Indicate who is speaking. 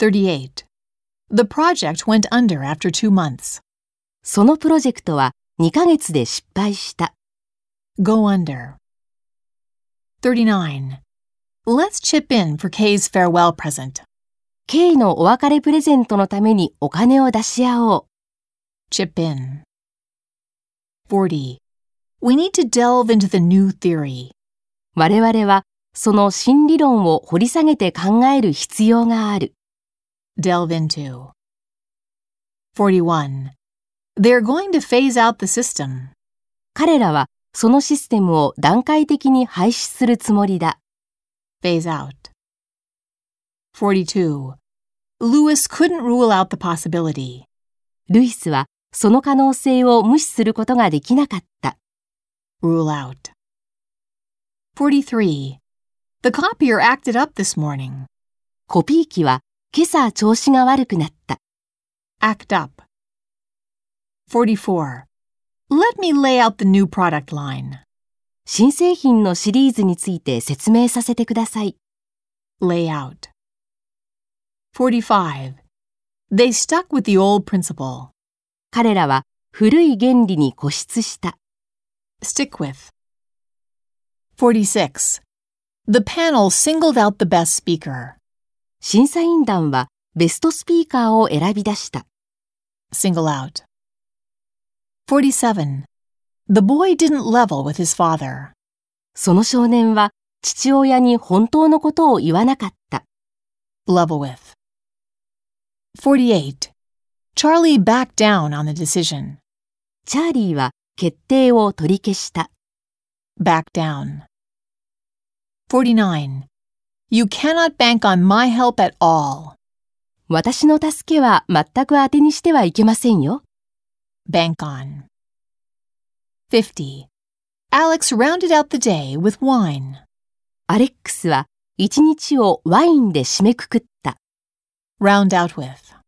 Speaker 1: 38. The project went under after two months.
Speaker 2: そのプロジェクトは2ヶ月で失敗した。
Speaker 1: Go under. 39. Let's chip in for Kay's farewell present.
Speaker 2: K のお別れプレゼントのためにお金を出し合おう。
Speaker 1: Chip in. 40. We need to delve into the new theory.
Speaker 2: 我々はその新理論を掘り下げて考える必要がある。
Speaker 1: Delve into. 41. They're going to phase out the system.
Speaker 2: 彼らはそのシステムを段階的に廃止するつもりだ。
Speaker 1: Phase out. 42. Lewis couldn't rule out the possibility.
Speaker 2: ルイスはその可能性を無視することができなかった。
Speaker 1: Rule out. 43. The copier acted up this morning.
Speaker 2: コピー機は今朝調子が悪くなった。
Speaker 1: Act up. 44. Let me lay out the new product line.
Speaker 2: 新製品のシリーズについて説明させてください。
Speaker 1: Lay out. 45. They stuck with the old principle.
Speaker 2: 彼らは古い原理に固執した。
Speaker 1: Stick with. 46. The panel singled out the best speaker.
Speaker 2: 審査員団はベストスピーカーを選び出した。
Speaker 1: single out. 47. The boy didn't level with his father.
Speaker 2: その少年は父親に本当のことを言わなかった。
Speaker 1: Level with. 48. Charlie backed down on the decision.
Speaker 2: チャーリーは決定を取り消した。
Speaker 1: Back down. 49. You cannot bank on my help at all.
Speaker 2: 私の助けは全く当てにしてはいけませんよ。
Speaker 1: Bank on. 50. Alex rounded out the day with wine.
Speaker 2: アレックスは一日をワインで締めくくった。
Speaker 1: Round out with.